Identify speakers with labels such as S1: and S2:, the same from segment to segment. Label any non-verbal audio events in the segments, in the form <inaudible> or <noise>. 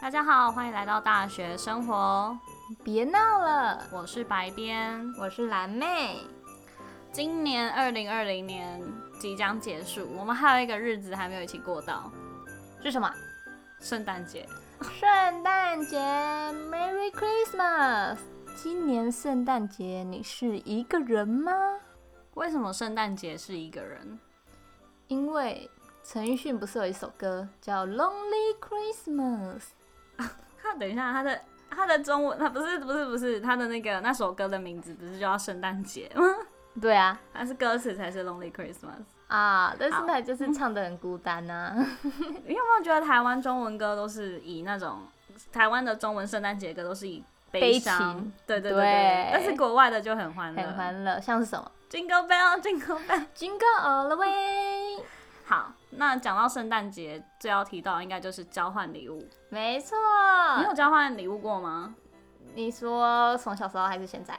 S1: 大家好，欢迎来到大学生活，
S2: 别闹了，
S1: 我是白边。
S2: 我是蓝妹。
S1: 今年二零二零年即将结束，我们还有一个日子还没有一起过到
S2: 是什么？ <laughs>
S1: 圣诞节。
S2: 圣诞节，Merry Christmas。今年圣诞节你是一个人吗？
S1: 为什么圣诞节是一个人？
S2: 因为陈奕迅不是有一首歌叫《Lonely Christmas》？
S1: 他等一下，他的他的中文，他不是不是不是他的那个那首歌的名字不是就叫圣诞节吗？ <laughs>
S2: 对啊，
S1: 但是歌词才是 Lonely Christmas。
S2: 啊，但
S1: 好
S2: 是他 <laughs> 就是唱的很孤单呐、啊。
S1: 你有没有觉得台湾中文歌都是以那种台湾的中文圣诞节歌都是以悲
S2: 悲
S1: 伤，
S2: 情
S1: 对对对
S2: 对
S1: 但是国外的就很欢乐，
S2: 很欢乐，像是什么
S1: Jingle Bell Jingle Bell。
S2: Jingle All the Way。
S1: 好，那讲到圣诞节，最要提到的应该就是交换礼物。
S2: 没错，
S1: 你有交换礼物过吗？
S2: 你说从小时候还是现在？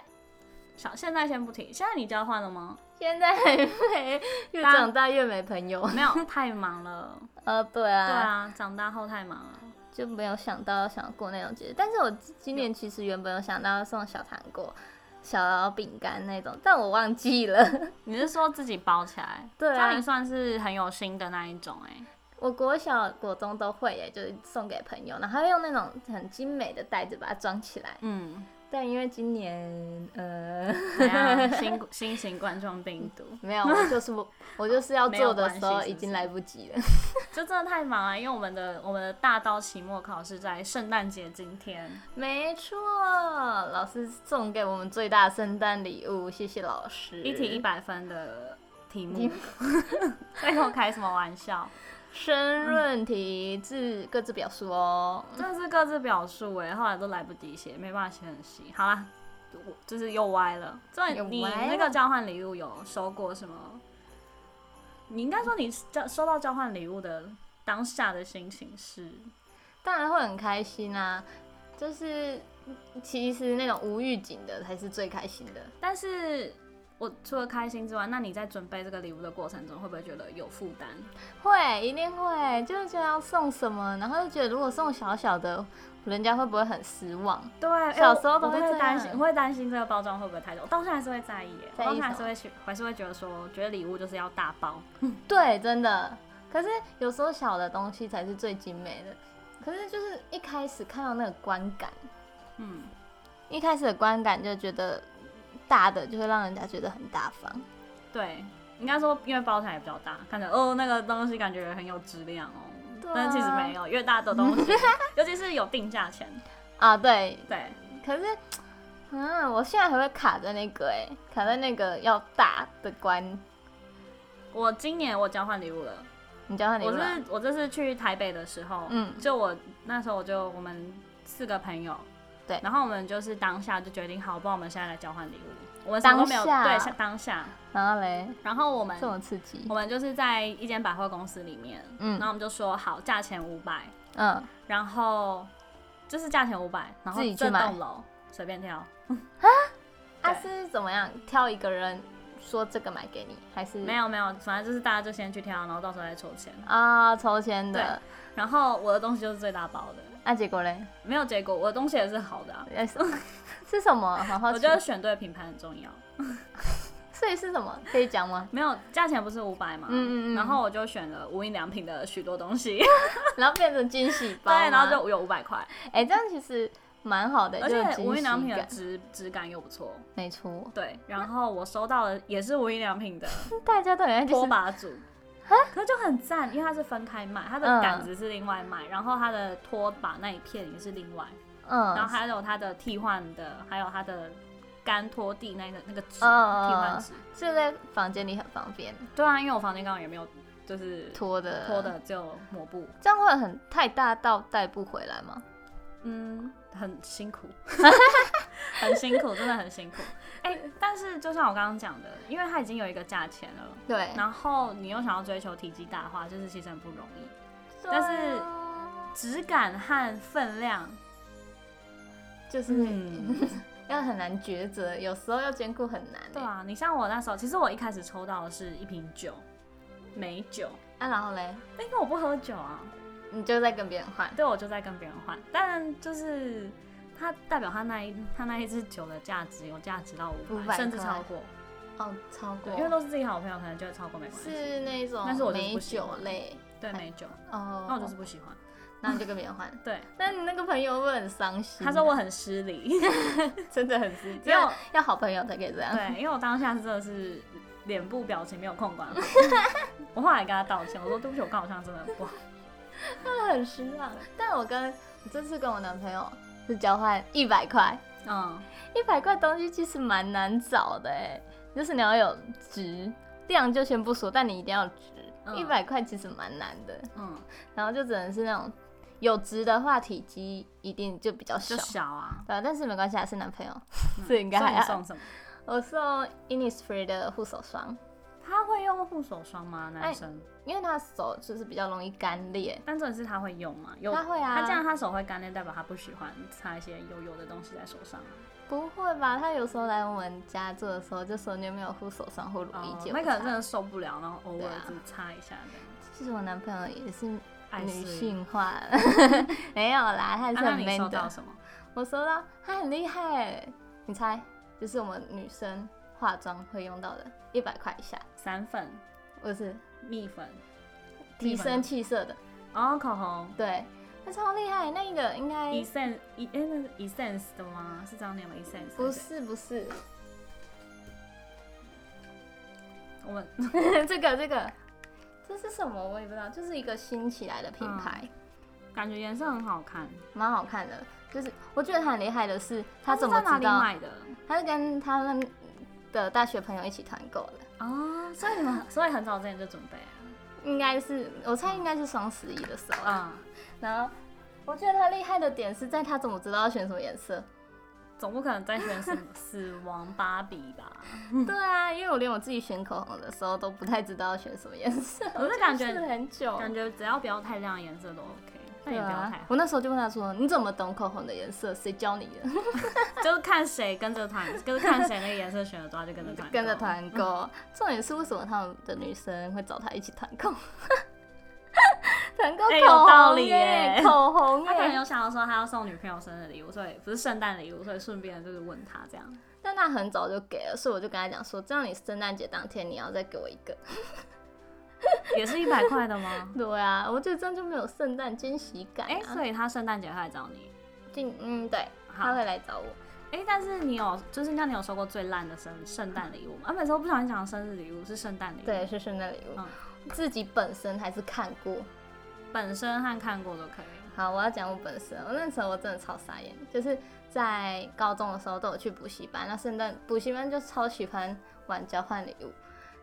S1: 小现在先不提，现在你交换了吗？
S2: 现在很没，越
S1: 大
S2: 长大越没朋 <laughs> 友。
S1: 没有，太忙了。
S2: 呃，对啊，
S1: 对啊，长大后太忙了。
S2: 就没有想到要想过那种节日。但是我今年其实原本有想到要送小糖果、小饼干那种，但我忘记了。 <laughs>
S1: 你是说自己包起来？
S2: 对啊
S1: 那你算是很有心的那一种哎、
S2: 我国小、国中都会耶，就是送给朋友，然后用那种很精美的袋子把它装起来。
S1: 嗯，
S2: 但因为今年呃
S1: <laughs> 怎样？新新型冠状病毒，
S2: 没有，我
S1: <laughs>
S2: 就是不我就是要
S1: 没有
S2: 做的时
S1: 关
S2: 候
S1: 系是
S2: 已
S1: 不
S2: 经
S1: 是
S2: 来不及了。 <laughs>
S1: 这真的太忙了。因为我们的我们的大到期末考试在圣诞节今天，
S2: 没错，老师送给我们最大的圣诞礼物，谢谢老师。
S1: 一题一百分的题目， <laughs> 最后开什么玩笑？
S2: 申论题自各自表述哦。
S1: 真的是各自表述哎、后来都来不及写，没办法写很细。好啦，我就是又歪了。这
S2: 又
S1: 你
S2: 歪了
S1: 那个交换礼物有收过什么？你应该说你交收到交换礼物的当下的心情是，
S2: 当然会很开心啊，就是其实那种无预警的才是最开心的。
S1: 但是我除了开心之外，那你在准备这个礼物的过程中，会不会觉得有负担？
S2: 会，一定会，就是觉得要送什么，然后就觉得如果送小小的，人家会不会很失望？
S1: 对，哎
S2: 小时候都
S1: 我
S2: 会
S1: 我
S2: 这
S1: 担
S2: 样
S1: 心，我会担心这个包装会不会太重，我到现在还是会在意耶，我
S2: 在意
S1: 到现在还
S2: 什
S1: 是
S2: 么
S1: 会去，还是会觉得说，觉得礼物就是要大包，
S2: 对，真的。可是有时候小的东西才是最精美的。可是就是一开始看到那个观感，
S1: 嗯。
S2: 一开始的观感就觉得大的就会让人家觉得很大方。
S1: 对，应该说因为包起来也比较大，看着哦那个东西感觉很有质量哦，
S2: 对啊
S1: 但其实没有，越大的东
S2: <laughs>
S1: 西，尤其是有定价钱，
S2: 啊，对，
S1: 对，
S2: 可是，嗯，我现在还会卡在那个哎、卡在那个要大的关。
S1: 我今年我交换礼物了，
S2: 你交换礼物
S1: 我
S2: 了？
S1: 是我这次去台北的时候，
S2: 嗯
S1: 就我那时候我就我们四个朋友。
S2: 对
S1: 然后我们就是当下就决定好，不然我们现在来交换礼物。我们什么都没有，
S2: 当下
S1: 对，是当下。
S2: 然后嘞，
S1: 然后我们
S2: 这么刺激
S1: 嗯我，们就是在一间百货公司里面，然后
S2: 嗯
S1: 我们就说好，价钱五百，
S2: 嗯，
S1: 然后就是价钱五百，然后
S2: 自己去
S1: 这
S2: 买
S1: 栋楼随便挑，
S2: 他、啊是怎么样挑一个人说这个买给你，还是
S1: 没有没有，反正就是大家就先去挑，然后到时候再抽签。
S2: 啊抽签的？
S1: 然后我的东西就是最大包的，
S2: 那、结果嘞？
S1: 没有结果，我的东西也是好的啊、
S2: 呃是 <laughs> 是什么？好好
S1: 我
S2: 奇
S1: 觉得选对品牌很重要。
S2: 所以是什么？可以讲吗？
S1: 没有价钱不是五百嘛，
S2: 嗯嗯嗯
S1: 然后我就选了无印良品的许多东西，
S2: 然后变成惊喜包
S1: <laughs>
S2: 吗，
S1: 对，然后就有五百块，
S2: 哎、这样其实蛮好的，
S1: 而
S2: 就有
S1: 且
S2: 惊
S1: 无
S2: 喜
S1: 印良品的
S2: 感
S1: 质质感又不错，
S2: 没错，
S1: 对。然后我收到的也是无印良品的
S2: 大家都
S1: <laughs>
S2: 很爱就
S1: 拖
S2: 是
S1: 把组，可是就很赞，因为它是分开卖，它的
S2: 嗯
S1: 杆子是另外卖，然后它的拖把那一片也是另外，然后
S2: 嗯
S1: 还有它的替换的，还有它的干拖地那个那个纸、替换
S2: 嗯，
S1: 纸。
S2: 就在房间里很方便，
S1: 对啊，因为我房间刚好也没有，就是
S2: 拖的
S1: 拖，的只有抹布，
S2: 这样会很太大到带不回来吗？
S1: 嗯，很辛 <laughs> 苦，很辛苦，真的很辛苦。哎、但是就像我刚刚讲的，因为它已经有一个价钱了。
S2: 对，
S1: 然后你又想要追求体积大化，就是其实很不容易。但是
S2: 对啊
S1: 质感和分量，
S2: 就是、
S1: 嗯，
S2: 要很难抉择，有时候要兼顾很难欸。
S1: 对啊，你像我那时候，其实我一开始抽到的是一瓶酒，美酒，
S2: 啊，然后嘞，
S1: 但因为我不喝酒啊，
S2: 你就在跟别人换。
S1: 对我就在跟别人换，但就是它代表它那一它那一支酒的价值有价值到五
S2: 500
S1: 百，甚至
S2: 块
S1: 超过，
S2: 哦，超过，
S1: 对，因为都是自己好朋友，可能就会超过没关系。
S2: 是那种
S1: 但是我就是
S2: 美
S1: 不喜欢
S2: 酒类
S1: 对美酒，
S2: 哦，
S1: 那我就是不喜欢。
S2: 那你就跟别
S1: <laughs>
S2: 人换。
S1: 对，
S2: 但你那个朋友会不会很伤心啊？
S1: 他说我很失礼，
S2: <laughs> 真的很失
S1: 因为我
S2: 要好朋友才可以这样。
S1: 对，因为我当下真的是脸部表情没有控
S2: <laughs>
S1: 管好，我后来跟他道歉，我说对不起，我刚好像真的很不好。
S2: 真的很失望。但我跟我这次跟我男朋友是交换一百块，
S1: 嗯，
S2: 一百块东西其实蛮难找的哎，就是你要有值，量就先不说，但你一定要值。
S1: 嗯
S2: 一百块其实蛮难的，
S1: 嗯，
S2: 然后就只能是那种有值的话，体积一定就比较小
S1: 就。小啊，
S2: 对啊，但是没关系，还是男朋友，
S1: 嗯
S2: 所以应该
S1: 所以
S2: 还
S1: 你
S2: 好。
S1: 送什么？
S2: 我送 Innisfree 的护手霜，
S1: 他会用护手霜吗？男
S2: 哎
S1: 生？
S2: 因为他手就是比较容易干裂，
S1: 但重点是他会用吗？有
S2: 他会啊
S1: 他这样他手会干裂，代表他不喜欢擦一些油油的东西在手上啊。
S2: 不会吧？他有时候来我们家住的时候，就说你有没有护手霜或乳液
S1: 哦
S2: 借我
S1: 那可能
S2: 擦
S1: 真的受不了，然后偶
S2: 对
S1: 尔
S2: 啊
S1: 只擦一下这
S2: 其实我男朋友也是
S1: 样。
S2: 女性化了，
S1: <laughs>
S2: 没有啦，他
S1: 爱
S2: 还是
S1: 死你，啊那
S2: 很
S1: 你收
S2: man 的。
S1: 到什么？
S2: 我收到，他很厉害，你猜？就是我们女生化妆会用到的，一百块以下，
S1: 散粉、
S2: 不是
S1: 蜜粉，
S2: 提升气色的，
S1: 然后口红。
S2: 对，他超厉害。那一个应该
S1: Essence，e 哎，那是 Essence 的吗？是这样念吗？Essence
S2: 不，是不是， <laughs>
S1: 我们
S2: 这个这个，这是什么我也不知道，就是一个新起来的品
S1: 嗯
S2: 牌。
S1: 感觉颜色很好看。
S2: 蛮好看的。就是我觉得他很厉害的是，他
S1: 它是
S2: 怎么
S1: 在哪
S2: 知
S1: 里
S2: 道？
S1: 买的？
S2: 他是跟他们的大学朋友一起团购的，
S1: 哦，所以你们所以很早之前就准备
S2: <laughs> 应该是我猜应该是双十一的时候。
S1: 啊。
S2: 然后我觉得他厉害的点是在他怎么知道要选什么颜色？
S1: 嗯，总不可能再选死死亡芭比吧？
S2: 对啊，因为我连我自己选口红的时候都不太知道要选什么颜色，
S1: <laughs> 我是感觉
S2: 我就试了很久。
S1: 感觉只要不要太亮的颜色都 OK，但
S2: 对
S1: 也不要
S2: 啊
S1: 太，
S2: 我那时候就问他说：“你怎么懂口红的颜色？谁教你
S1: <laughs>
S2: 的啊
S1: 好，就是看谁跟着团，就是看谁那个颜色选的多，他就跟着？”团，
S2: 跟着。团购，重点是为什么他们的女生会找他一起团购？ <laughs> 团购口红、
S1: 哎
S2: 耶，
S1: 有道理耶
S2: 口红
S1: 他可能
S2: 耶，
S1: 有想要说他要送女朋友生日礼物，所以不是圣诞礼物，所以顺便就是问他这样。
S2: 但他很早就给了，所以我就跟他讲说，这样你圣诞节当天你要再给我一个。
S1: 也是一百块的吗？
S2: 对啊，我觉得这样就没有圣诞惊喜感、
S1: 哎、
S2: 啊。
S1: 所以他圣诞节会来找你。
S2: 进嗯对，
S1: 好
S2: 他会来找我。
S1: 哎、但是你有，就是那你有收过最烂的生圣诞礼物吗？啊，每次我不小心讲生日礼物是圣诞礼物，
S2: 对，，是圣诞礼物、
S1: 嗯
S2: 自己本身还是看过。
S1: 本身和看过都可以。
S2: 好，我要讲我本身。我那时候我真的超傻眼，就是在高中的时候都有去补习班，那圣诞补习班就超喜欢玩交换礼物。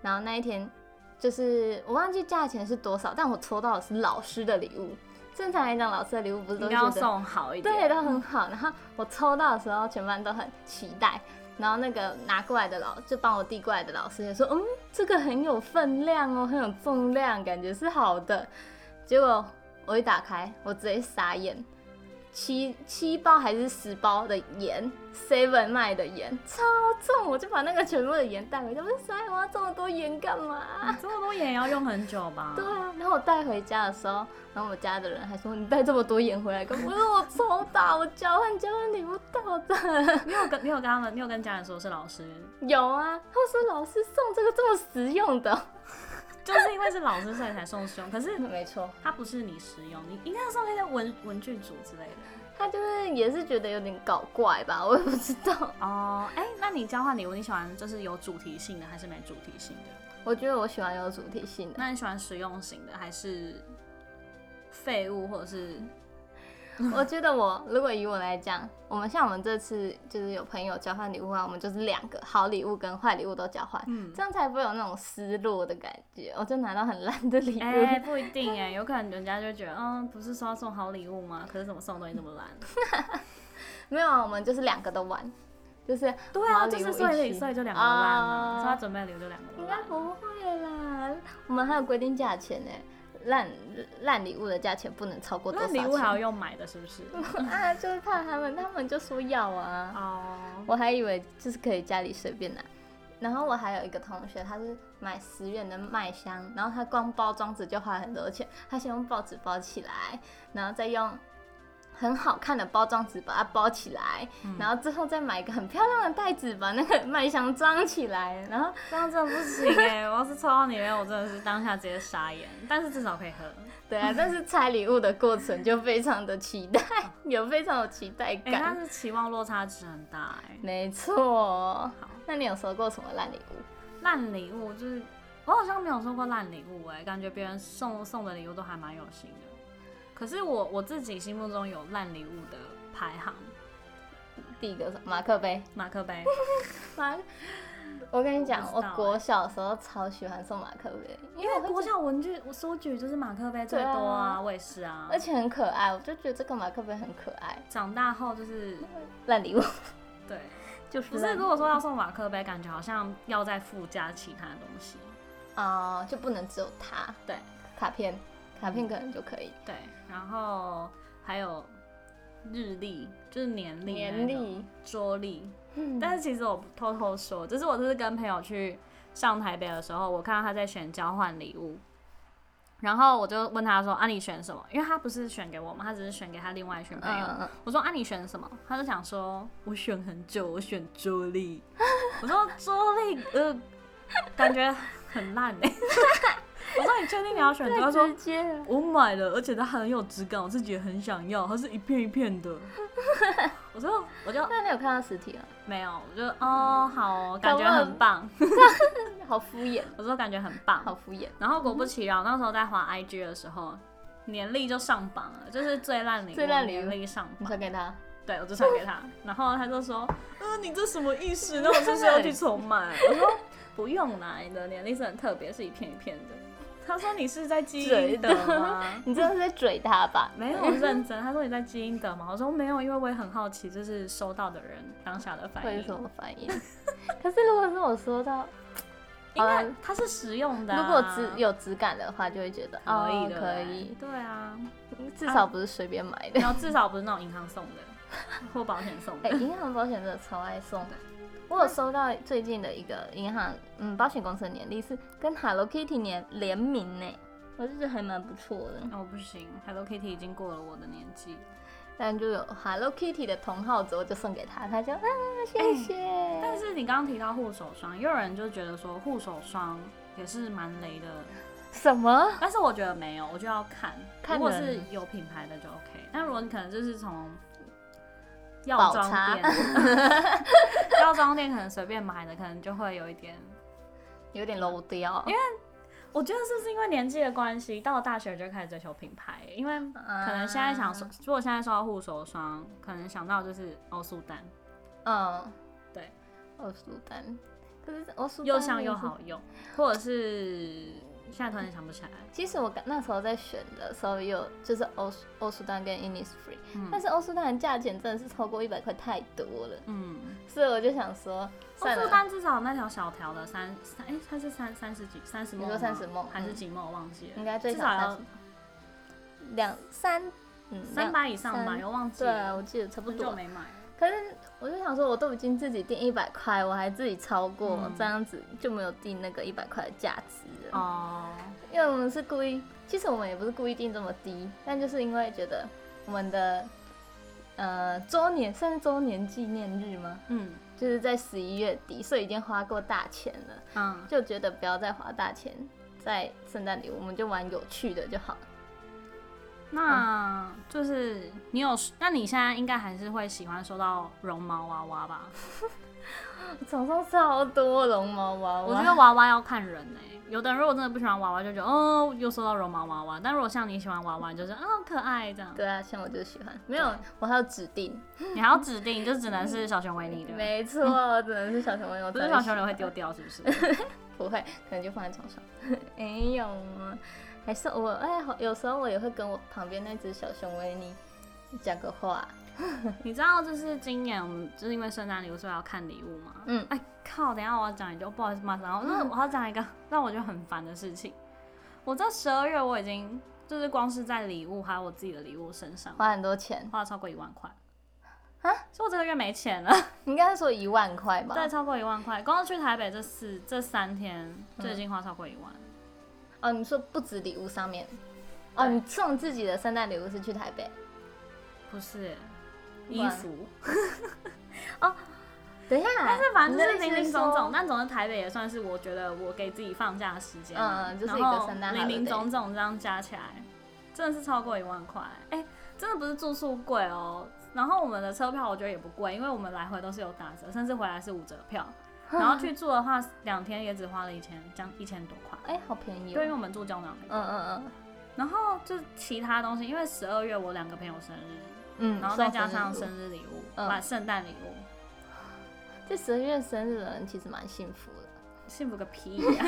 S2: 然后那一天就是我忘记价钱是多少，但我抽到的是老师的礼物。正常来讲，老师的礼物不是都
S1: 应
S2: 是
S1: 该要
S2: 觉得
S1: 送好一点。
S2: 嗯对都很好。然后我抽到的时候，全班都很期待。然后那个拿过来的老就帮我递过来的老师也说，嗯，这个很有分量哦，很有重量，感觉是好的。结果我一打开，我直接傻眼，七七包还是十包的盐，seven 卖的盐超重，我就把那个全部的盐带回家。我说傻眼，我要这么多盐干嘛？
S1: <laughs> 这么多盐要用很久吧？
S2: 对啊，然后我带回家的时候，然后我家的人还说你带这么多盐回来干嘛？我说我抽到，我交换交换礼物到的。 <laughs>
S1: 你有跟你有跟他们，你有跟家人说是老师，
S2: 有啊，他们说老师送这个这么实用的，
S1: 就是因为是老师所以才送胸，可是
S2: 没错，
S1: 它不是你使用，你应该要送那些文文具组之类的。
S2: 他就是也是觉得有点搞怪吧，我也不知道。 <laughs>
S1: 哦，哎，那你交换礼物，你喜欢就是有主题性的还是没主题性的？
S2: 我觉得我喜欢有主题性
S1: <laughs>
S2: 的，
S1: 那你喜欢实用型的还是废物或者是
S2: 我觉得我如果以我来讲，我们像我们这次就是有朋友交换礼物啊，我们就是两个好礼物跟坏礼物都交换，
S1: 嗯？
S2: 这样才不会有那种失落的感觉。我就拿到很烂的礼物。
S1: 哎、不一定哎、有可能人家就觉得，嗯，不是说要送好礼物吗？可是怎么送东西这么烂？
S2: 没有，啊，我们就是两个都玩，就是
S1: 对啊，
S2: 好
S1: 就
S2: 礼物
S1: 是所
S2: 一
S1: 以
S2: 起
S1: 所以就两个烂啊，
S2: 哦
S1: 所以他准备的礼物就两个
S2: 应
S1: 烂
S2: 该。不会啦。我们还有规定价钱呢，烂烂礼物的价钱不能超过多
S1: 那
S2: 少钱？
S1: 礼物还要用买的，是不是？
S2: <laughs> 啊，就是怕他们，他们就说要啊。
S1: 哦，
S2: 我还以为就是可以家里随便拿，然后我还有一个同学，他是买十元的麦香，然后他光包装纸就花很多钱，他先用报纸包起来，然后再用很好看的包装纸把它包起来，然后最后再买一个很漂亮的袋子把那个麦香装起来，然后
S1: 这样真的不行哎、
S2: <laughs>
S1: 我要是抽到你的，我真的是当下直接傻眼。但是至少可以喝。
S2: 对啊，但是拆礼物的过程就非常的期待，有非常有期待
S1: 哎、
S2: 感
S1: 但。是期望落差值很大哎、
S2: 没错，那你有收过什么烂礼物？
S1: 烂礼物就是我好像没有收过烂礼物哎、感觉别人送送的礼物都还蛮有心的。可是我我自己心目中有烂礼物的排行，
S2: 第一个是马克杯，
S1: 马克
S2: <laughs>
S1: 杯。
S2: 马克，我跟你讲，
S1: 我不
S2: 我
S1: 知道欸
S2: 国小的时候超喜欢送马克杯，哎因为我会
S1: 国
S2: 觉
S1: 小文具我收据就是马克杯最多
S2: 对
S1: 啊，
S2: 啊
S1: 我也是啊
S2: 得。而且很可爱，我就觉得这个马克杯很可爱。
S1: 长大后就是
S2: 烂 <laughs> 礼物
S1: 对，
S2: 就是
S1: 不
S2: 烂
S1: 是如果说要送马克杯，感觉好像要再附加其他东西。
S2: 啊、就不能只有它。
S1: 对
S2: 卡片，卡片可能就可以。
S1: 对，然后还有日历，就是年历、
S2: 年、历，
S1: 桌历。
S2: 嗯
S1: 但是其实我偷偷说，就是我这次跟朋友去上台北的时候，我看到他在选交换礼物，然后我就问他说：“啊，你选什么？”因为他不是选给我嘛，他只是选给他另外一群朋友。
S2: 嗯，
S1: 我说啊，你选什么？他就想说，我选很久，我选桌历。 <laughs> 我说桌历，呃，感觉很烂哎、 <laughs> 我说你确定你要选？他
S2: 太
S1: 说
S2: 直接了。
S1: 我买了，而且它很有质感，我自己也很想要，它是一片一片
S2: <laughs>
S1: 的。我说我就
S2: 那你有看到实体了？
S1: 没有，我就哦好哦感觉
S2: 搞不好
S1: 很棒。
S2: 好敷衍，
S1: 我说感觉很棒，
S2: 好敷衍。
S1: 然后果不其然，我那时候在滑 IG 的时候，年历就上榜了，就是最烂礼物，
S2: 最烂礼物
S1: 年历上榜
S2: 你。传给他，
S1: 对，我就传给他，然后他就说：“呃，你这什么意思？那我是不是要去重买？”我说：“不用啦，你的年历是很特别，是一片一片的。”他说：“你是在基因的吗
S2: 你真的是在嘴他吧？？”
S1: 没有认真，他说：“你在基因的吗？”我说：“没有，因为我也很好奇，就是收到的人当下的反
S2: <laughs> 会有
S1: 应。
S2: 什么反 <laughs> 应？可是如果是我收到，
S1: 应该
S2: 好啦
S1: 它是实用的啊、
S2: 如果质有质感的话，就会觉得
S1: 可以
S2: 哦
S1: 的，
S2: 可以，
S1: 对啊，
S2: 至少不是随便买的。
S1: 然后至少不是那种银行送
S2: <laughs>
S1: 的或保险送
S2: 哎、
S1: 的。
S2: 银行保险真的超爱送的。我有收到最近的一个银行，嗯，保险公司的年历是跟 Hello Kitty 联联名呢，我就觉得还蛮不错的。
S1: 那我哦不行，Hello Kitty 已经过了我的年纪。
S2: 但就有 Hello Kitty 的同号之后就送给他，他就啊谢谢。
S1: 哎但是你刚刚提到护手霜，也有人就觉得说护手霜也是蛮雷的，
S2: 什么？
S1: <laughs> 但是我觉得没有，我就要看，
S2: 看人
S1: 如果是有品牌的就 OK，但如果你可能就是从药
S2: 宝
S1: 妆
S2: 茶
S1: 店， <laughs> 药妆店可能随便买的，可能就会有一点。
S2: 有点 low 掉，因为
S1: 我觉得是不是因为年纪的关系，到了大学就开始追求品牌，因为
S2: 啊
S1: 可能现在想说，如果现在说到护手霜，可能想到就是哦欧舒丹，
S2: 嗯，
S1: 对，
S2: 欧舒丹，可是欧舒丹
S1: 又香
S2: 也
S1: 又
S2: 是
S1: 好用，或者是现在突然想不起来。
S2: 其实我刚那时候在选的时候也有，就是欧舒欧舒丹跟 Innisfree，、但
S1: 嗯
S2: 是欧舒丹的价钱真的是超过一百块太多了，
S1: 嗯，
S2: 所以我就想说，
S1: 欧
S2: 算
S1: 舒
S2: 了，
S1: 丹至少那条小条的三三，哎、它是三三十几，三十
S2: 你
S1: 梦
S2: 说
S1: 吗，
S2: 30梦
S1: 还是几梦，我忘记了，
S2: 应该最
S1: 至
S2: 少
S1: 少要
S2: 30两三嗯
S1: 三
S2: 两
S1: 百以上吧，
S2: 三
S1: 又忘记
S2: 对啊，
S1: 了，
S2: 我记得差不
S1: 很久
S2: 多。
S1: 没买了。
S2: 可是我就想说，我都已经自己定一百块，我还自己超过、
S1: 嗯
S2: 这样子，就没有定那个一百块的价值了。
S1: 哦，
S2: 因为我们是故意，其实我们也不是故意定这么低，但就是因为觉得我们的呃周年算是周年纪念日吗？
S1: 嗯
S2: 就是在十一月底，所以已经花过大钱了，
S1: 嗯，
S2: 就觉得不要再花大钱在圣诞礼物，我们就玩有趣的就好。
S1: 那就是你有，那你现在应该还是会喜欢收到绒毛娃娃吧？
S2: 床上超多绒毛娃娃，
S1: 我觉得娃娃要看人呢、欸有的人如果真的不喜欢娃娃，就觉得哦，又收到绒毛娃娃。但如果像你喜欢娃娃，你就是啊、好可爱这样。
S2: 对啊，像我就喜欢，没有我还有指定，
S1: 你还要指定，就只能是小熊维尼的，
S2: 没错，只能是小熊维尼，我
S1: 啊不
S2: 才
S1: 是
S2: 会
S1: 小
S2: 喜
S1: 熊你会
S2: 欢
S1: 丢掉，是不是？
S2: 不会，可能就放在床上。 <laughs> 没有啊，还是我哎，好有时候我也会跟我旁边那只小熊维尼讲个话。
S1: 你知道，就是今年我们就是因为圣诞礼物，所以要看礼物嘛。
S2: 嗯
S1: 哎靠，等一下我要讲一句，哦不好意思，马上，我就是我要讲一个让我觉得很烦的事情。我这十二月我已经
S2: 哦
S1: 就是光是在礼物还有我自己的礼物身上
S2: 花很多钱，
S1: 花了超过一万块，所以我这个月没钱了。
S2: 你应该是说一万块啊吧？
S1: 对，超过一万块，光是去台北这四这三天就已经
S2: 嗯
S1: 花超过一万。
S2: 哦，你说不止礼物上面，哦，
S1: 对
S2: 你送自己的圣诞礼物是去台北？
S1: 不是
S2: 不
S1: 衣
S2: 然
S1: 服，
S2: 等一下，
S1: 但是反正就是
S2: 你
S1: 零
S2: 的
S1: 零
S2: 意思是
S1: 总总，
S2: 说
S1: 但总之台北也算是我觉得我给自己放假的时间啊，
S2: 嗯就是
S1: 然
S2: 一个
S1: 后
S2: 圣诞
S1: 零
S2: holiday
S1: 零总总这样加起来，真的是超过一万块。哎、真的不是住宿贵哦，然后我们的车票我觉得也不贵，因为我们来回都是有打折，甚至回来是五折票。然后去住的话，两天也只花了一千，将一千多块。
S2: 哎、好便宜、
S1: 对，因为
S2: 哦。
S1: 我们住胶囊旅
S2: 嗯嗯
S1: 然后就其他东西，因为十二月我两个朋友生日，
S2: 嗯嗯，
S1: 然后再
S2: 送
S1: 加上
S2: 生日礼
S1: 生日礼
S2: 物，
S1: 物，
S2: 嗯
S1: 把圣诞礼物，
S2: 这十二月生日的人其实蛮幸福
S1: <laughs>
S2: 的，
S1: 幸福个屁
S2: <laughs>
S1: 呀！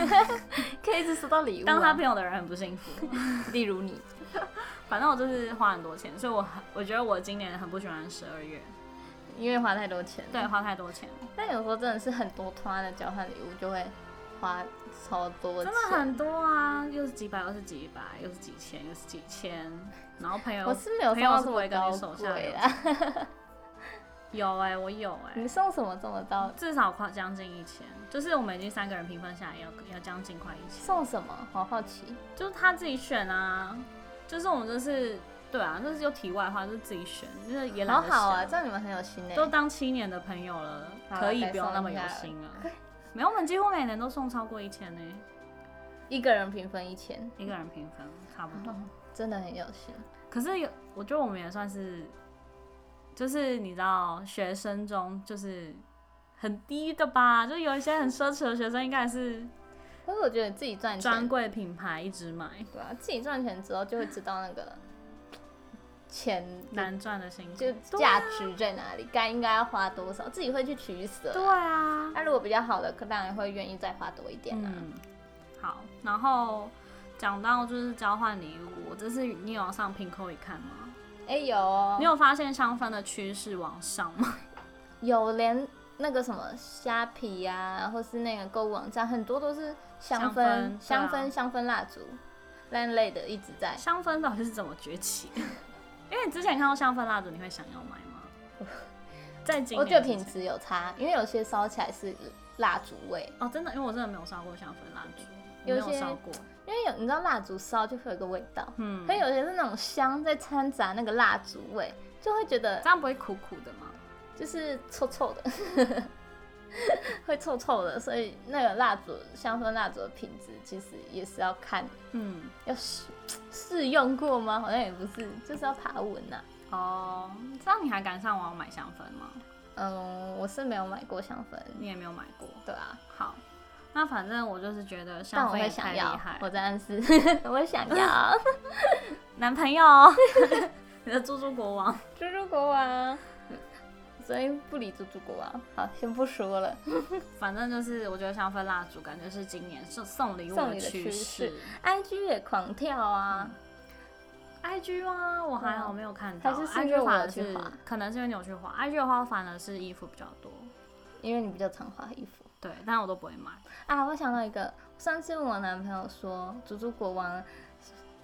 S2: 可以一直收到礼物、啊。
S1: 当他朋友的人很不幸福。 <laughs>
S2: 例如你，
S1: 反正我就是花很多钱，所以我很我觉得我今年很不喜欢十二月，
S2: 因为花太多钱。
S1: 对，，花太多钱，
S2: 但有时候真的是很多团的交换礼物就会花超多
S1: 真
S2: 钱。
S1: 的很多啊，又是几百，又是几百，又是几千，又是几千，然后朋友
S2: 我是没有
S1: 朋
S2: 送
S1: 友
S2: 到
S1: 是
S2: 这
S1: 不会
S2: 么
S1: 跟你
S2: 高
S1: 手下
S2: 贵啊
S1: 留
S2: 啦。
S1: 有哎、我有哎、
S2: <laughs> 你送什么这么高？
S1: 至少快将近一千，就是我们已经三个人平分下来要要将近快一千。
S2: 送什么？好好奇。
S1: 就是他自己选啊，就是我们就是对啊，就是又题外话，就是自己选，就是也
S2: 好
S1: 懒得
S2: 好啊，
S1: 想
S2: 这样你们很有心哎、
S1: 都当七年的朋友了，
S2: 好啊
S1: 可以
S2: 该
S1: 不用
S2: 送
S1: 那
S2: 一
S1: 么有
S2: 下了
S1: 心了。没有，我们几乎每年都送超过一千呢，
S2: 一个人平分一千，
S1: 一个人平分差不多。
S2: 哦 <laughs> 真的很有心。
S1: 可是有，我觉得我们也算是，就是你知道，学生中就是很低的吧，就有一些很奢侈的学生，应该也是
S2: 可是我觉得自己赚
S1: 专
S2: 钱，
S1: 柜品牌一直买，
S2: 对啊，自己赚钱之后就会知道那个钱
S1: 难赚的辛苦。
S2: 就
S1: 啊
S2: 价值在哪里，该应该要花多少，自己会去取舍。
S1: 对啊，
S2: 那、如果比较好的，可当然会愿意再花多一点啊。
S1: 嗯，好，然后讲到就是交换礼物，我这次你有上拼扣一看吗？
S2: 哎、有哦
S1: 你，有发现香氛的趋势往上吗？
S2: 有连那个什么虾皮呀、或是那个购物网站，很多都是香氛、
S1: 香
S2: 香
S1: 氛对啊
S2: 氛、香氛蜡烛，那类的一直在。
S1: 香氛到底是怎么崛起 <laughs> 的？因为你之前看到香氛蜡烛，你会想要买吗？
S2: <laughs>
S1: 在今
S2: 我
S1: 年
S2: 觉得
S1: 之前
S2: 品质有差，因为有些烧起来是蜡烛味，
S1: 哦，真的，因为我真的没有烧过香氛蜡烛，我
S2: 有
S1: 没有
S2: 些
S1: 烧过，
S2: 因为有你知道蜡烛烧就会有一个味道，
S1: 嗯
S2: 可，有些是那种香在掺杂那个蜡烛味，就会觉得
S1: 这样不会苦苦的吗？
S2: 就是臭臭的， <laughs> 会臭臭的，所以那个蜡烛香氛蜡烛的品质其实也是要看，
S1: 嗯，
S2: 要试试用过吗？好像也不是，就是要爬文呐、
S1: 哦，这样你还敢上网买香氛吗？
S2: 嗯，我是没有买过香氛，
S1: 你也没有买过，
S2: 对啊，
S1: 好，那反正我就是觉得
S2: 但
S1: 香
S2: 我
S1: 氛
S2: 会
S1: 也
S2: 想
S1: 太厉
S2: 要
S1: 害，了
S2: 我。在暗示， <laughs> 我会想要。
S1: 男朋友， <laughs> 你的猪猪国王。
S2: 猪猪国王，嗯所以不理猪猪国王。好，先不说了。
S1: 反正就是，我觉得香氛蜡烛感觉是今年送送礼物
S2: 送礼的
S1: 趋
S2: 趋
S1: 势
S2: 势。IG 也狂跳啊，
S1: 嗯 I G 吗？我还好
S2: 嗯
S1: 没有看到。
S2: 还是是
S1: I
S2: 因
S1: G
S2: 为我
S1: 反而
S2: 有去
S1: 是
S2: 滑
S1: 可能是因为你有去滑，I G 的话反而是衣服比较多，
S2: 因为你比较常花衣服
S1: 对，但我都不会买。
S2: 啊。我想到一个，上次问我男朋友说，猪猪国王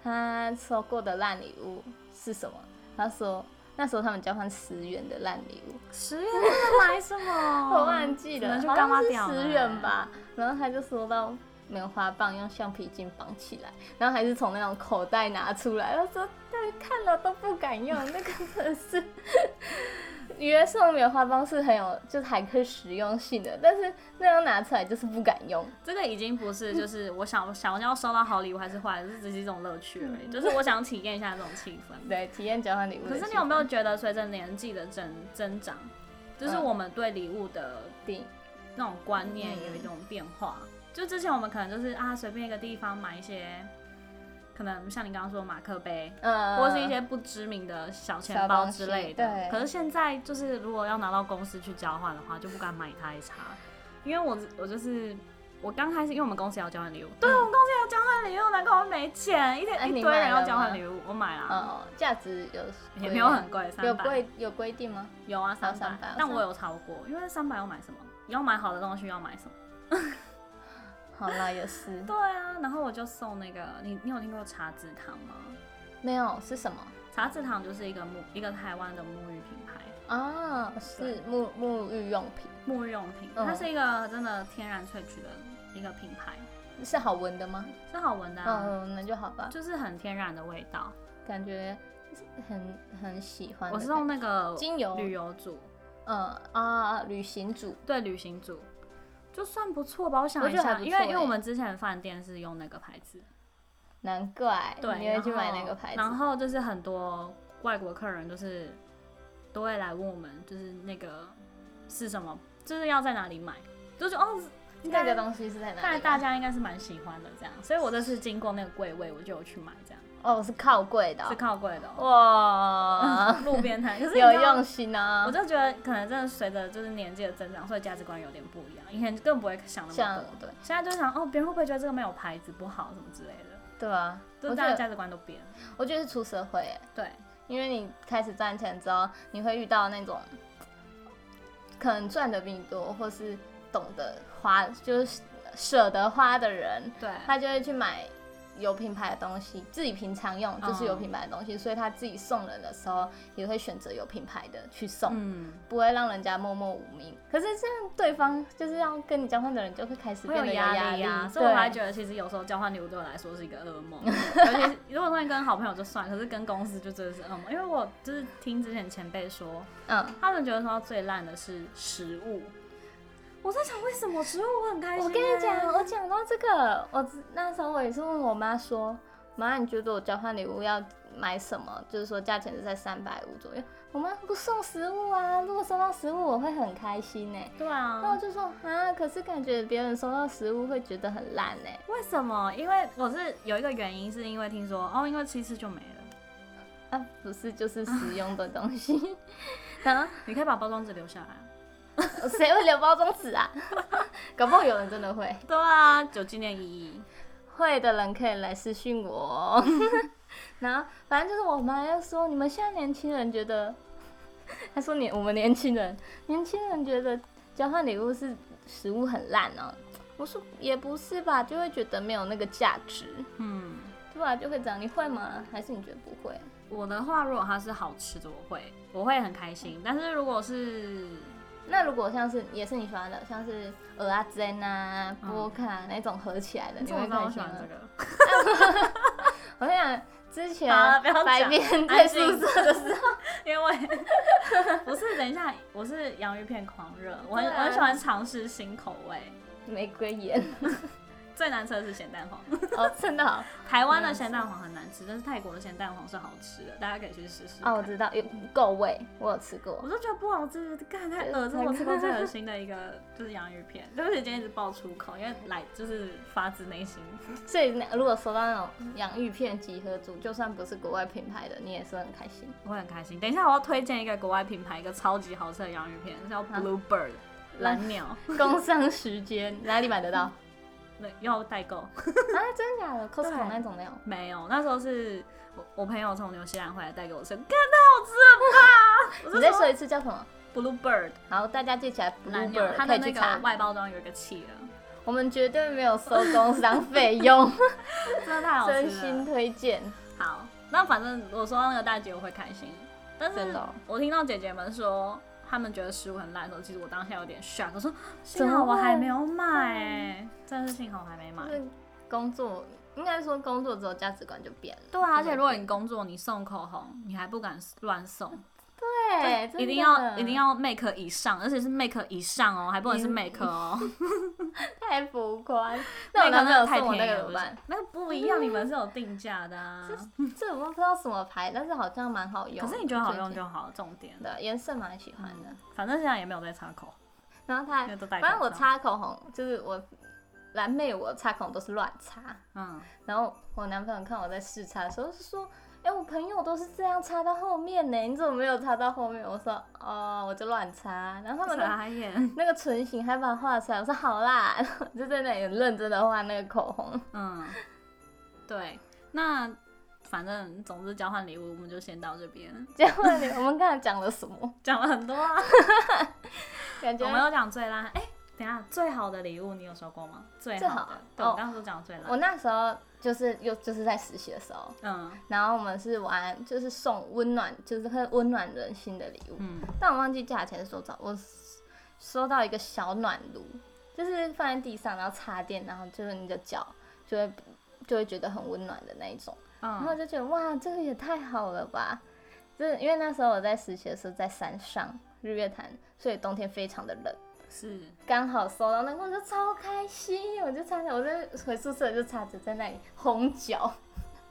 S2: 他收过的烂礼物是什么？他说那时候他们交换十元的烂礼物，
S1: 十月在买什么？
S2: <laughs> 我忘记
S1: 哦只
S2: 了，
S1: 能去
S2: 好
S1: 干妈
S2: 像是
S1: 屌了
S2: 十元。吧。然后他就说到棉花棒用橡皮筋绑起来，然后还是从那种口袋拿出来。他说：“对，看了都不敢用，那个真的是约送棉花棒是很有，就是还可以实用性的，但是那样拿出来就是不敢用。
S1: 这个已经不是
S2: <laughs>
S1: 就是我想想要收到好礼物还是坏，这只是一种乐趣而已，
S2: 嗯
S1: 就是我想体验一下这种气
S2: <laughs>
S1: 氛。
S2: 对，体验交换礼物。
S1: 可是你有没有觉得，随着年纪的增增长，就是
S2: 嗯
S1: 我们对礼物的
S2: 定？
S1: 那种观念
S2: 嗯
S1: 有一种变化？就之前我们可能就是啊，随便一个地方买一些，可能像你刚刚说的马克杯，
S2: 呃，
S1: 或是一些不知名的小钱
S2: 小
S1: 包
S2: 东
S1: 之
S2: 西
S1: 类的。
S2: 对
S1: 可是现在就是，如果要拿到公司去交换的话，就不敢买太差，因为我我就是。我刚开始，因为我们公司也要交换礼物，对我们公司也要交换礼物，难怪我没钱，一
S2: 哎
S1: 天一
S2: 你
S1: 堆人
S2: 买了
S1: 要交换
S2: 吗
S1: 礼物，我买了，
S2: 哦，价值有
S1: 也没有很贵，三百。
S2: 有哦规有规定吗？
S1: 有啊，
S2: 还有
S1: 三百
S2: 300，
S1: 但我有超过，因为三百要买什么？要买好的东西要买什么？
S2: 好啦，也是
S1: 对啊，然后我就送那个，你你有听过茶籽糖吗？
S2: 没有是什么
S1: 茶籽堂就是一个沐一个台湾的沐浴品牌，
S2: 啊？是沐沐浴用品，
S1: 沐浴用品，
S2: 嗯
S1: 它是一个真的天然萃取的一个品牌，
S2: 是好闻的吗？
S1: 是好闻的、啊，
S2: 嗯，那就好吧，
S1: 就是很天然的味道。
S2: 感觉很很喜欢的
S1: 我
S2: 感觉。
S1: 是用那个
S2: 精油
S1: 旅游组，
S2: 嗯啊旅行组，
S1: 对旅行组，就算不错吧。我想
S2: 我
S1: 一
S2: 觉得还
S1: 下，
S2: 不
S1: 因为
S2: 错
S1: 因为我
S2: 欸
S1: 们之前的饭店是用那个牌子，
S2: 难怪
S1: 对，
S2: 你会去
S1: 然
S2: 买那
S1: 后
S2: 个牌
S1: 然
S2: 子。
S1: 后就是很多外国客人就是都会来问我们，就是那个是什么，就是要在哪里买，就是哦，应
S2: 那
S1: 该
S2: 个东西是在哪
S1: 看来
S2: 里？啊
S1: 大家应该是蛮喜欢的这样。所以我这次经过那个柜位，我就有去买，这样
S2: 哦，是靠柜的
S1: 是靠柜的、
S2: <laughs>
S1: 哦，
S2: 哦、
S1: 路边摊。可是
S2: 哇，
S1: 你知道
S2: 有用心啊
S1: 我！就觉得可能真的随着就是年纪的增长，所以价值观有点不一样。以前更不会想那么
S2: 像
S1: 多，
S2: 对
S1: 现在就想哦，别人会不会觉得这个没有牌子不好什么之类的，
S2: 对啊，
S1: 就
S2: 我
S1: 大
S2: 觉
S1: 家
S2: 得
S1: 价值观都变了。
S2: 我觉得是出社会耶，
S1: 对，
S2: 因为你开始赚钱之后，你会遇到那种可能赚的比你多，或是懂得花，就是舍得花的人，
S1: 对，
S2: 他就会去买有品牌的东西，自己平常用就是
S1: 嗯
S2: 有品牌的东西，所以他自己送人的时候也会选择有品牌的去送，
S1: 嗯，
S2: 不会让人家默默无名。可是这样对方就是要跟你交换的人就会开始
S1: 会
S2: 变
S1: 有
S2: 得有
S1: 压
S2: 力
S1: 力啊，所以我还
S2: 对
S1: 觉得其实有时候交换礼物对我来说是一个噩梦，尤其是如果说你跟好朋友就算，可是跟公司就真的是噩梦，因为我就是听之前前辈说，
S2: 嗯，
S1: 他们觉得说最烂的是食物，我在想为什么食物我很开心、啊
S2: 我跟你讲，，我讲到这个，我之那时候我也是问我妈说，妈，你觉得我交换礼物要买什么？就是说价钱是在三百五左右。我妈不送食物啊，如果收到食物我会很开心呢、
S1: 对
S2: 那
S1: 啊
S2: 我，就说啊，可是感觉别人收到食物会觉得很烂呢、
S1: 为什么？因为我是有一个原因，是因为听说哦，因为七次就没了，
S2: 啊，不是就是实用的东西， <laughs> 然后
S1: 你可以把包装纸留下来。啊
S2: 谁会留包装纸啊？ <laughs> 搞不好有人真的会，
S1: 对啊，有纪念意义。
S2: 会的人可以来私信我 <laughs> 哦。然后反正就是我妈又说，你们现在年轻人觉得，她说你我们年轻人，年轻人觉得交换礼物是食物很烂哦。我说也不是吧，就会觉得没有那个价值，
S1: 嗯，
S2: 对啊，就会这样。你会吗？还是你觉得不会？
S1: 我的话，如果它是好吃的，我会我会很开心。但是如果是
S2: 那如果像是也是你喜欢的，像是鹅啊、煎啊、
S1: 嗯
S2: 波卡那种合起来的，你
S1: 这我
S2: 会
S1: 知道
S2: 开
S1: 我喜
S2: 心
S1: 欢
S2: 吗
S1: 这？个， <laughs>
S2: <laughs> 我跟你讲，之前
S1: 好了不要讲
S2: 白边在
S1: 安
S2: 宿
S1: 静
S2: 舍的时候，
S1: 因为
S2: <laughs>
S1: 不是等一下，我是洋芋片狂热，我很、
S2: 对啊
S1: 我很喜欢尝试新口味。
S2: 玫瑰盐
S1: 最难吃的是咸蛋黄，
S2: 哦，真的哦
S1: 台湾的咸蛋黄很难吃，但是泰国的咸蛋黄是好吃的，大家可以去试试看。
S2: <laughs> 哦，我知道有够味，我有吃过
S1: 我。都觉得不好吃，干太恶心！
S2: 太
S1: 我吃过最恶心的一
S2: <laughs>
S1: 个就是洋芋片，对不起，今天一直爆粗口，因为来就是发自内心。
S2: 所以那如果收到那种洋芋片集合组，就算不是国外品牌的，你也是很
S1: <laughs>
S2: 开心。
S1: 我会很开心。等一下，我要推荐一个国外品牌，一个超级好吃的洋芋片，叫
S2: 啊
S1: Bluebird 蓝鸟，
S2: 工商时间哪里买
S1: <laughs>
S2: 得到？
S1: 那要代购
S2: 啊，真的假的？Costco 那种没有。
S1: 没有？那时候是我我朋友从纽西兰回来带给我吃，干太好吃了吧！我
S2: 你
S1: 就
S2: 再
S1: 说
S2: 说一次叫什么？
S1: Bluebird
S2: 好，大家记起来
S1: 蓝鸟，
S2: ，Bluebird
S1: 它的
S2: 可以去
S1: 那
S2: 查
S1: 个。外包装有一个企鹅，
S2: 我们绝对没有收工商费
S1: <laughs>
S2: 用，
S1: 真的太好
S2: 真
S1: 吃
S2: 心
S1: 了。
S2: 推荐。
S1: 好，那反正我说到那个大姐，我会开心。但
S2: 真
S1: 是
S2: 的哦
S1: 我听到姐姐们说。她们觉得食物很烂的时候，其实我当下有点 shock，我说幸
S2: 怎么
S1: 好我还
S2: 会
S1: 没有买、欸，真的是幸好我还没买
S2: 就。是工作，应该说工作之后价值观就变了。
S1: 对啊，而且如果你工作，你送口红，你还不敢乱送，
S2: 对，哎真的
S1: 一定要一定要 make 以上，而且是 make 以上哦，还不能是
S2: 嗯
S1: make 哦。
S2: 太浮夸。那
S1: 那
S2: 我男朋友
S1: 太
S2: 送我啊
S1: 便宜
S2: 那个
S1: 了，
S2: 怎么办？
S1: 不是？那个不一样，你们是有定价的啊。
S2: 这我不知道什么牌，但是好像蛮好用。
S1: 可是你觉得好用
S2: 最近
S1: 就好，重点。
S2: 对，颜色蛮喜欢的。
S1: 反正现在也没有在擦口，
S2: 然后他
S1: 因为都戴口罩
S2: 反正我擦口红，就是我蓝妹，我擦口红都是乱擦。
S1: 嗯，
S2: 然后我男朋友看我在试擦的时候是说：“哎、我朋友都是这样擦到后面呢，你怎么没有擦到后面？”我说：“哦，我就乱擦。”然后他们就
S1: 傻眼，
S2: 那个唇形还把它画出来，我说好啦，然后我就在那里很认真的画那个口红。 <laughs>
S1: 嗯，对，那反正总之交换礼物，我们就先到这边，
S2: 结果你我们刚才讲了什么？
S1: 讲了很多啊，
S2: 感觉
S1: 我没有讲最烂，哎、等一下最好的礼物你有收过吗？最
S2: 最
S1: 好
S2: 好
S1: 的
S2: 的，
S1: 对，
S2: 哦
S1: 我刚刚说讲最烂，
S2: 我那时候就是又就是在实习的时候，
S1: 嗯
S2: 然后我们是玩就是送温暖，就是会温暖人心的礼物，
S1: 嗯，
S2: 但我忘记价钱收到，我收到一个小暖炉，就是放在地上，然后插电，然后就是你的脚就会就会觉得很温暖的那一种。然后
S1: 嗯
S2: 我就觉得哇，这个也太好了吧！就是因为那时候我在实习的时候在山上日月潭，所以冬天非常的冷，
S1: 是，
S2: 刚好收到那个，我就超开心，我就插着，我在回宿舍就插着在那里烘脚，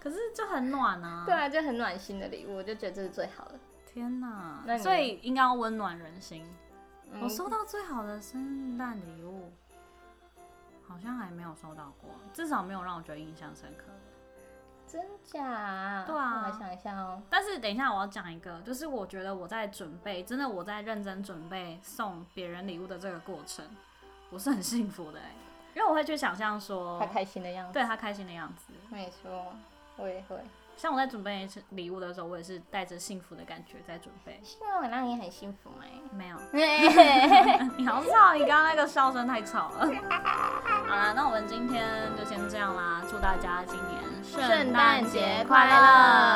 S1: 可是就很暖啊。
S2: 对，啊，就很暖心的礼物，我就觉得这是最好的。
S1: 天哪
S2: 那，你
S1: 所以应该要温暖人心。
S2: 嗯
S1: 我收到最好的圣诞礼物，好像还没有收到过，至少没有让我觉得印象深刻。
S2: 真假？
S1: 对啊
S2: 我来想一下哦。
S1: 但是等一下我要讲一个，就是我觉得我在准备，真的我在认真准备送别人礼物的这个过程，我是很幸福的、欸、因为我会去想象说
S2: 他，开心的样子。
S1: 对他开心的样子。
S2: 没错，我也会。
S1: 像我在准备礼物的时候，我也是带着幸福的感觉在准备。
S2: 希望我让你很幸 <laughs> 福吗？
S1: 没有，
S2: 好
S1: 你好吵！你刚刚那个笑声太吵了。好啦，那我们今天就先这样啦，祝大家今年
S2: 圣诞节
S1: 节
S2: 快
S1: 乐！